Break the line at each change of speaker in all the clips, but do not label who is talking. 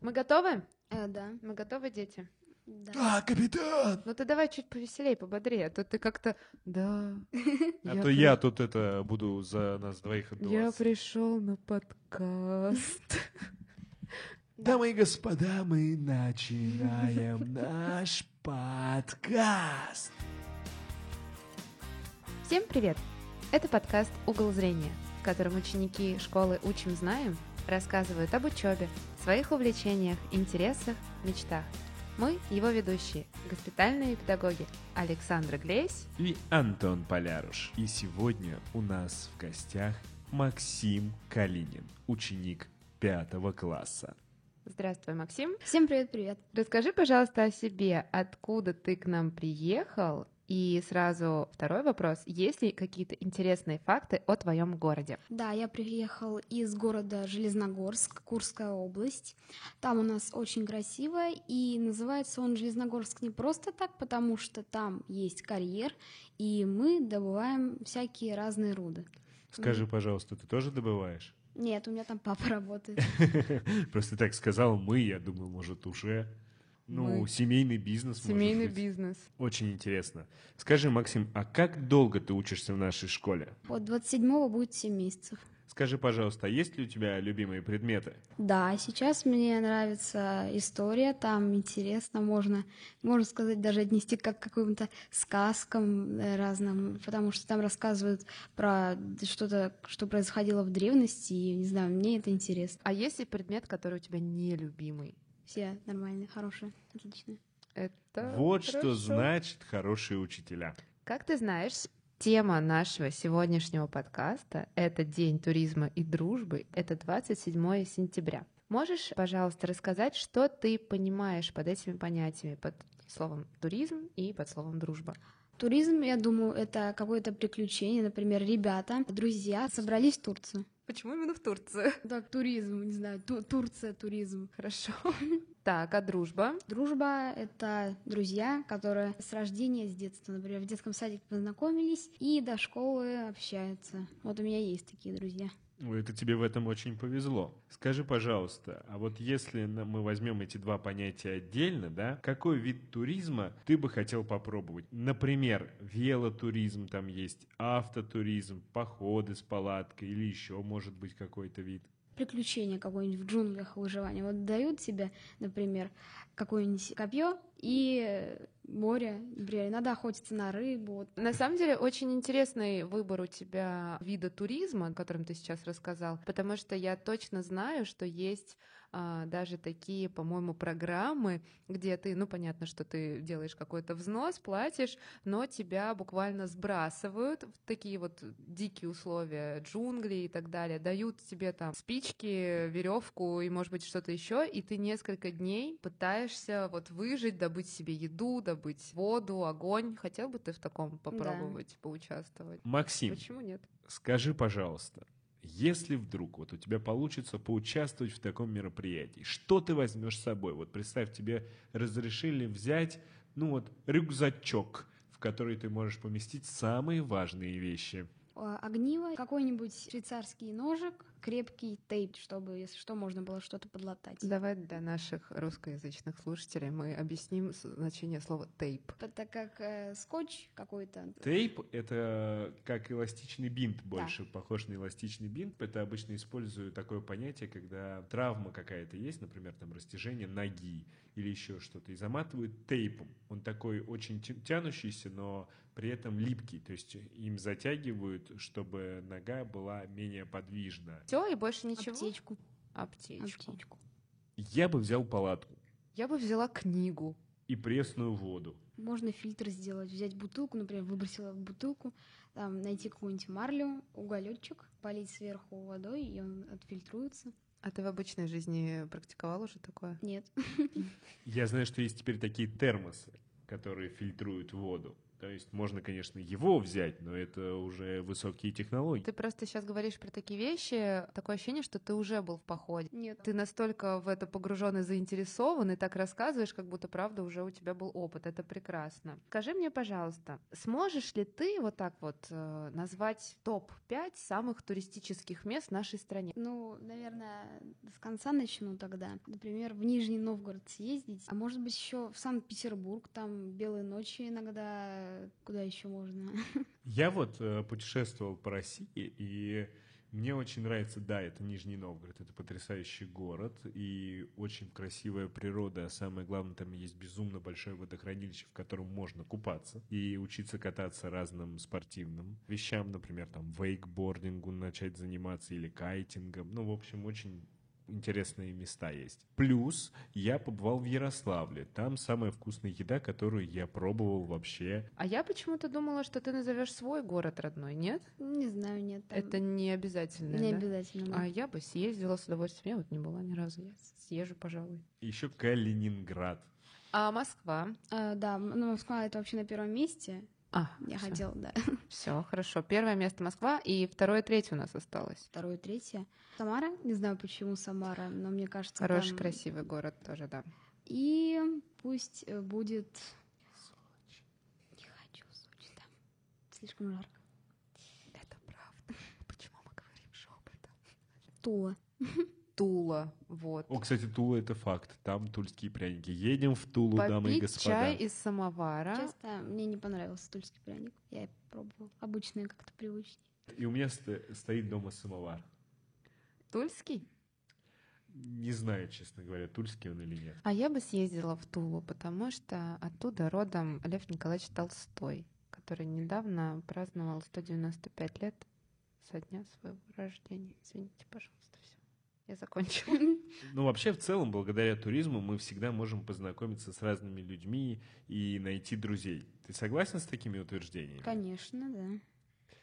Мы готовы?
А, да.
Мы готовы, дети?
Да.
Да, А, капитан!
Ну ты давай чуть повеселее, пободрее, а то ты как-то... Да,
А то я тут это буду за нас двоих
я
отдуваться.
пришел на подкаст.
Дамы и господа, мы начинаем наш подкаст.
Всем привет! Это подкаст «Угол зрения», в котором ученики школы «Учим, знаем» рассказывают об учебе, своих увлечениях, интересах, мечтах. Мы – его ведущие, госпитальные педагоги Александра Глейс.
И Антон Поляруш. И сегодня у нас в гостях Максим Калинин, ученик пятого класса.
Здравствуй, Максим.
Всем привет-привет.
Расскажи, пожалуйста, о себе, откуда ты к нам приехал, и сразу второй вопрос. Есть ли какие-то интересные факты о твоем городе?
Да, я приехал из города Железногорск, Курская область. Там у нас очень красиво, и называется он Железногорск не просто так, потому что там есть карьер, и мы добываем всякие разные руды.
Скажи, пожалуйста, ты тоже добываешь?
Нет, у меня там папа работает.
Просто так сказал мы, я думаю, может, уже... Ну,
Мы.
семейный бизнес. может
Семейный
быть.
бизнес.
Очень интересно. Скажи, Максим, а как долго ты учишься в нашей школе?
Вот 27-го будет 7 месяцев.
Скажи, пожалуйста, а есть ли у тебя любимые предметы?
Да, сейчас мне нравится история, там интересно, можно, можно сказать, даже отнести как к каким-то сказкам э, разным, потому что там рассказывают про что-то, что происходило в древности, и, не знаю, мне это интересно.
А есть ли предмет, который у тебя нелюбимый?
Все нормальные, хорошие, отличные.
Это
вот что
хорошо.
значит хорошие учителя.
Как ты знаешь, тема нашего сегодняшнего подкаста — это День туризма и дружбы, это 27 сентября. Можешь, пожалуйста, рассказать, что ты понимаешь под этими понятиями, под словом «туризм» и под словом «дружба»?
Туризм, я думаю, это какое-то приключение, например, ребята, друзья собрались в Турцию.
Почему именно в Турции?
Так, туризм, не знаю, Ту- Турция, туризм.
Хорошо. Так, а дружба?
Дружба — это друзья, которые с рождения, с детства, например, в детском садике познакомились и до школы общаются. Вот у меня есть такие друзья.
Ой, Это тебе в этом очень повезло. Скажи, пожалуйста, а вот если на- мы возьмем эти два понятия отдельно, да, какой вид туризма ты бы хотел попробовать? Например, велотуризм там есть, автотуризм, походы с палаткой или еще может быть какой-то вид.
Приключения какое-нибудь в джунглях, выживание. Вот дают тебе, например, какое-нибудь копье и море. Например, надо охотиться на рыбу. Вот.
На самом деле, очень интересный выбор у тебя вида туризма, о котором ты сейчас рассказал, потому что я точно знаю, что есть а, даже такие, по-моему, программы, где ты, ну, понятно, что ты делаешь какой-то взнос, платишь, но тебя буквально сбрасывают в такие вот дикие условия, джунгли и так далее, дают тебе там спички, веревку и, может быть, что-то еще, и ты несколько дней пытаешься вот выжить, добыть себе еду, добыть воду, огонь. Хотел бы ты в таком попробовать поучаствовать?
Максим,
Почему нет?
Скажи, пожалуйста, если вдруг вот у тебя получится поучаствовать в таком мероприятии, что ты возьмешь с собой? Вот представь, тебе разрешили взять, ну вот, рюкзачок, в который ты можешь поместить самые важные вещи.
А, Огниво, какой-нибудь швейцарский ножик, крепкий тейп, чтобы, если что, можно было что-то подлатать.
Давай для наших русскоязычных слушателей мы объясним с- значение слова тейп.
П- Так как э, скотч какой-то,
Тейп — это как эластичный бинт больше, похож на эластичный бинт. Это обычно используют такое понятие, когда травма какая-то есть, например, там растяжение ноги или еще что-то, и заматывают тейпом. Он такой очень тя- тянущийся, но при этом липкий, то есть им затягивают, чтобы нога была менее подвижна.
Все и больше ничего.
аптечку.
Аптечку.
аптечку.
Я бы взял палатку
Я бы взяла книгу.
и пресную воду.
Можно фильтр сделать, взять бутылку, например, выбросила в бутылку, там, найти какую-нибудь марлю, уголечек, полить сверху водой, и он отфильтруется.
А ты в обычной жизни практиковал уже такое?
Нет.
Я знаю, что есть теперь такие термосы, которые фильтруют воду. То есть можно, конечно, его взять, но это уже высокие технологии.
Ты просто сейчас говоришь про такие вещи, такое ощущение, что ты уже был в походе.
Нет.
Ты настолько в это погружен и заинтересован, и так рассказываешь, как будто, правда, уже у тебя был опыт. Это прекрасно. Скажи мне, пожалуйста, сможешь ли ты вот так вот э, назвать топ-5 самых туристических мест в нашей стране?
Ну, наверное, с конца начну тогда. Например, в Нижний Новгород съездить, а может быть еще в Санкт-Петербург, там белые ночи иногда, куда еще можно.
Я вот э, путешествовал по России, и мне очень нравится, да, это Нижний Новгород, это потрясающий город, и очень красивая природа, а самое главное, там есть безумно большое водохранилище, в котором можно купаться и учиться кататься разным спортивным вещам, например, там, вейкбордингу начать заниматься или кайтингом, ну, в общем, очень интересные места есть. Плюс я побывал в Ярославле. Там самая вкусная еда, которую я пробовал вообще.
А я почему-то думала, что ты назовешь свой город родной, нет?
Ну, Не знаю, нет. там
Это не обязательно,
не
да?
обязательно. да.
А я бы съездила с удовольствием. Я вот не была ни разу. Я съезжу, пожалуй.
Еще Калининград.
А Москва?
А, да, м- ну Москва это вообще на первом месте.
А,
Я
всё.
хотела, да.
Все, хорошо. Первое место Москва, и второе, третье у нас осталось.
Второе, третье. Самара, не знаю почему Самара, но мне кажется.
Хороший,
там-
красивый город тоже, да.
И пусть э, будет. Не хочу в Сочи, там слишком жарко.
Это правда. Почему мы говорим об этом?
Тула.
Тула, вот.
О, кстати, Тула — это факт. Там тульские пряники. Едем в Тулу, дамы и
Попить
господа.
чай из самовара.
Честно, А? мне не понравился тульский пряник. Я пробовала. Обычные как-то привычнее.
И у меня сто- стоит дома самовар.
Тульский?
Не знаю, честно говоря, тульский он или нет.
А я бы съездила в Тулу, потому что оттуда родом Лев Николаевич Толстой, который недавно праздновал 195 лет со дня своего рождения. Извините, пожалуйста, все. Я закончила.
Ну, вообще, в целом, благодаря туризму мы всегда можем познакомиться с разными людьми и найти друзей. Ты согласен с такими утверждениями?
Конечно, да.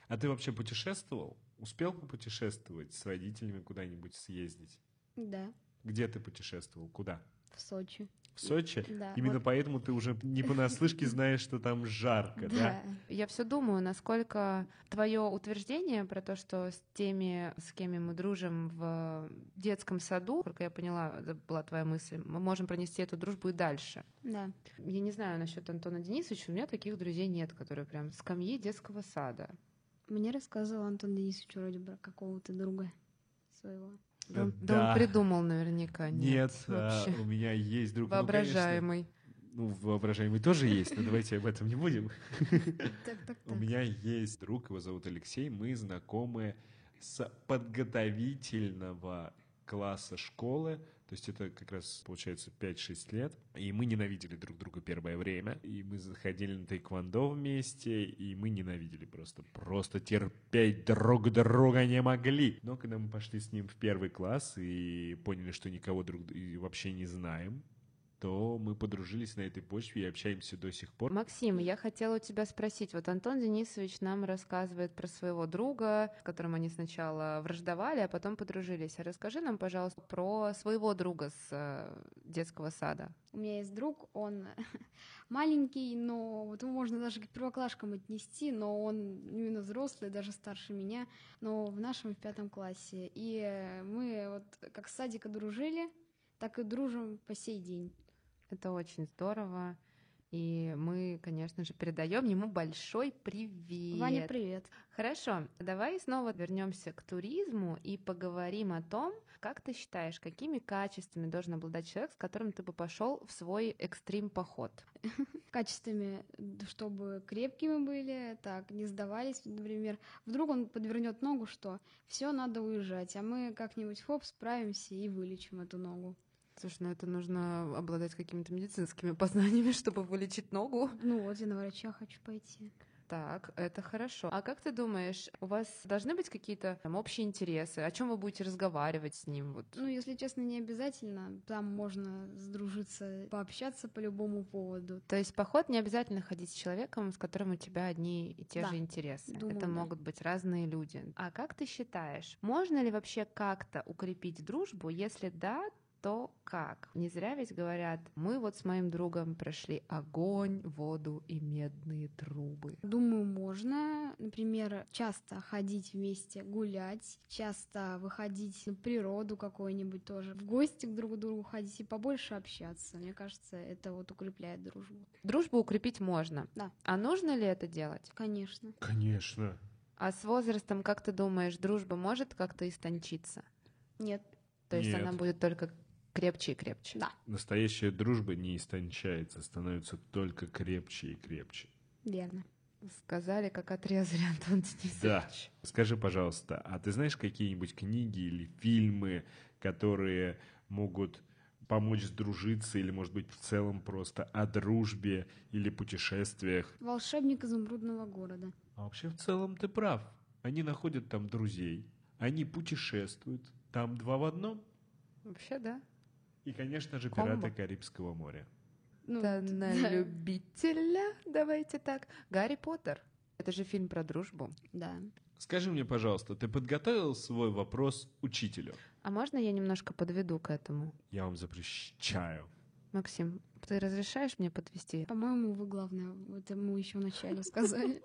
А ты вообще путешествовал? Успел путешествовать с родителями куда-нибудь съездить?
Да.
Где ты путешествовал? Куда?
В Сочи.
В Сочи?
Да.
Именно
вот-
поэтому ты уже не понаслышке знаешь, что там жарко, да?
Я все думаю, насколько твое утверждение про то, что с теми, с кем мы дружим в детском саду, как я поняла, это была твоя мысль, мы можем пронести эту дружбу и дальше.
Да.
Я не знаю насчет Антона Денисовича, у меня таких друзей нет, которые прям с камьи детского сада.
Мне рассказывал Антон Денисович вроде бы какого-то друга своего.
Да, он- да
Да.
он придумал наверняка. Нет,
а,
вообще.
у меня есть друг. ну, конечно,
Воображаемый.
Ну, воображаемый тоже есть, но давайте об этом не будем.
Так, так,
У меня есть друг, его зовут Алексей, мы знакомы с подготовительного класса школы, то есть это как раз, получается, 5-6 лет, и мы ненавидели друг друга первое время, и мы заходили на тайквандо вместе, и мы ненавидели просто, просто терпеть друг друга не могли. Но когда мы пошли с ним в первый класс и поняли, что никого друг и вообще не знаем, то мы подружились на этой почве и общаемся до сих пор.
Максим, я хотела у тебя спросить. Вот Антон Денисович нам рассказывает про своего друга, с которым они сначала враждовали, а потом подружились. А расскажи нам, пожалуйста, про своего друга с э, детского сада.
У меня есть друг, он маленький, но вот его можно даже к первоклашкам отнести, но он ну, именно взрослый, даже старше меня, но в нашем в пятом классе. И э, мы вот как с садика дружили, так и дружим по сей день.
Это очень здорово. И мы, конечно же, передаем ему большой привет.
Ваня, привет.
Хорошо, давай снова вернемся к туризму и поговорим о том, как ты считаешь, какими качествами должен обладать человек, с которым ты бы пошел в свой экстрим поход?
Качествами, д- чтобы крепкими были, так, не сдавались, например. Вдруг он подвернет ногу, что все, надо уезжать, а мы как-нибудь хоп, справимся и вылечим эту ногу.
Слушай, ну это нужно обладать какими-то медицинскими познаниями, чтобы вылечить ногу.
Ну вот, я на врача хочу пойти.
Так, это хорошо. А как ты думаешь, у вас должны быть какие-то там, общие интересы? О чем вы будете разговаривать с ним? Вот?
Ну, если честно, не обязательно. Там можно сдружиться, пообщаться по любому поводу.
То есть в поход не обязательно ходить с человеком, с которым у тебя одни и те
Да.
же интересы.
Думаю,
Это
да.
могут быть разные люди. А как ты считаешь, можно ли вообще как-то укрепить дружбу? Если да, то как. Не зря ведь говорят, мы вот с моим другом прошли огонь, воду и медные трубы.
Думаю, можно, например, часто ходить вместе гулять, часто выходить на природу какую-нибудь тоже, в гости к друг другу ходить и побольше общаться. Мне кажется, это вот укрепляет дружбу.
Дружбу укрепить можно.
Да.
А нужно ли это делать?
Конечно.
Конечно.
А с возрастом, как ты думаешь, дружба может как-то истончиться?
Нет.
То есть
Нет.
она будет только крепче и крепче.
Да.
Настоящая дружба не истончается, становится только крепче и крепче.
Верно.
Сказали, как отрезали, Антон Денисович.
Да. Скажи, пожалуйста, а ты знаешь какие-нибудь книги или фильмы, которые могут помочь сдружиться или, может быть, в целом просто о дружбе или путешествиях?
Волшебник изумрудного города.
А вообще в целом ты прав. Они находят там друзей, они путешествуют, там два в одном.
Вообще, да.
И, конечно же,
Комбо.
пираты Карибского моря.
Ну,
Да
т-
на любителя, давайте так. Гарри Поттер. Это же фильм про дружбу.
да.
Скажи мне, пожалуйста, ты подготовил свой вопрос учителю?
А можно я немножко подведу к этому?
Я вам запрещаю.
Максим, ты разрешаешь мне подвести?
По-моему, вы главное, это мы еще вначале сказали.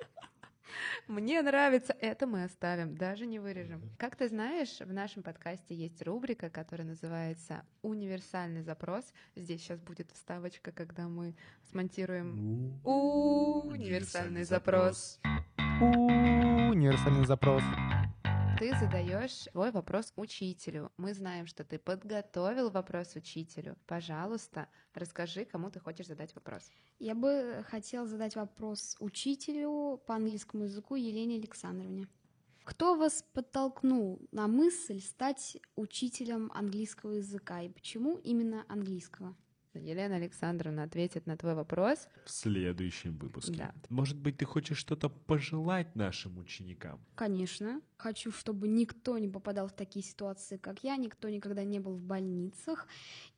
Мне нравится, это мы оставим, даже не вырежем. Как ты знаешь, в нашем подкасте есть рубрика, которая называется «Универсальный запрос». Здесь сейчас будет вставочка, когда мы смонтируем
Ну,
«Универсальный запрос».
Универсальный запрос.
Ты задаешь свой вопрос учителю. Мы знаем, что ты подготовил вопрос учителю. Пожалуйста, расскажи, кому ты хочешь задать вопрос.
Я бы хотела задать вопрос учителю по английскому языку Елене Александровне. Кто вас подтолкнул на мысль стать учителем английского языка и почему именно английского?
Елена Александровна ответит на твой вопрос.
В следующем выпуске.
Да.
Может быть, ты хочешь что-то пожелать нашим ученикам?
Конечно. Хочу, чтобы никто не попадал в такие ситуации, как я, никто никогда не был в больницах,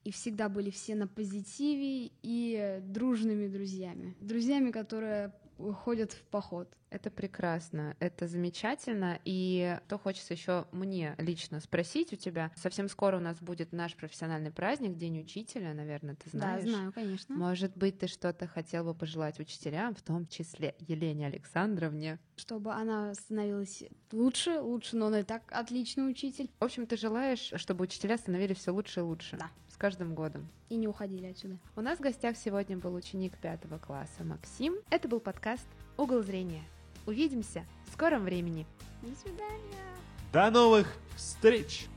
и всегда были все на позитиве и дружными друзьями. Друзьями, которые ходят в поход.
Это прекрасно, это замечательно. И то хочется еще мне лично спросить у тебя. Совсем скоро у нас будет наш профессиональный праздник, День учителя, наверное, ты знаешь.
Да, знаю, конечно.
Может быть, ты что-то хотел бы пожелать учителям, в том числе Елене Александровне.
Чтобы она становилась лучше, лучше, но она и так отличный учитель,
В общем, ты желаешь, чтобы учителя становились все лучше и лучше.
Да.
С каждым годом.
и не уходили отсюда.
У нас в гостях сегодня был ученик пятого класса Максим. Это был подкаст «Угол зрения». Увидимся в скором времени.
До свидания.
До новых встреч!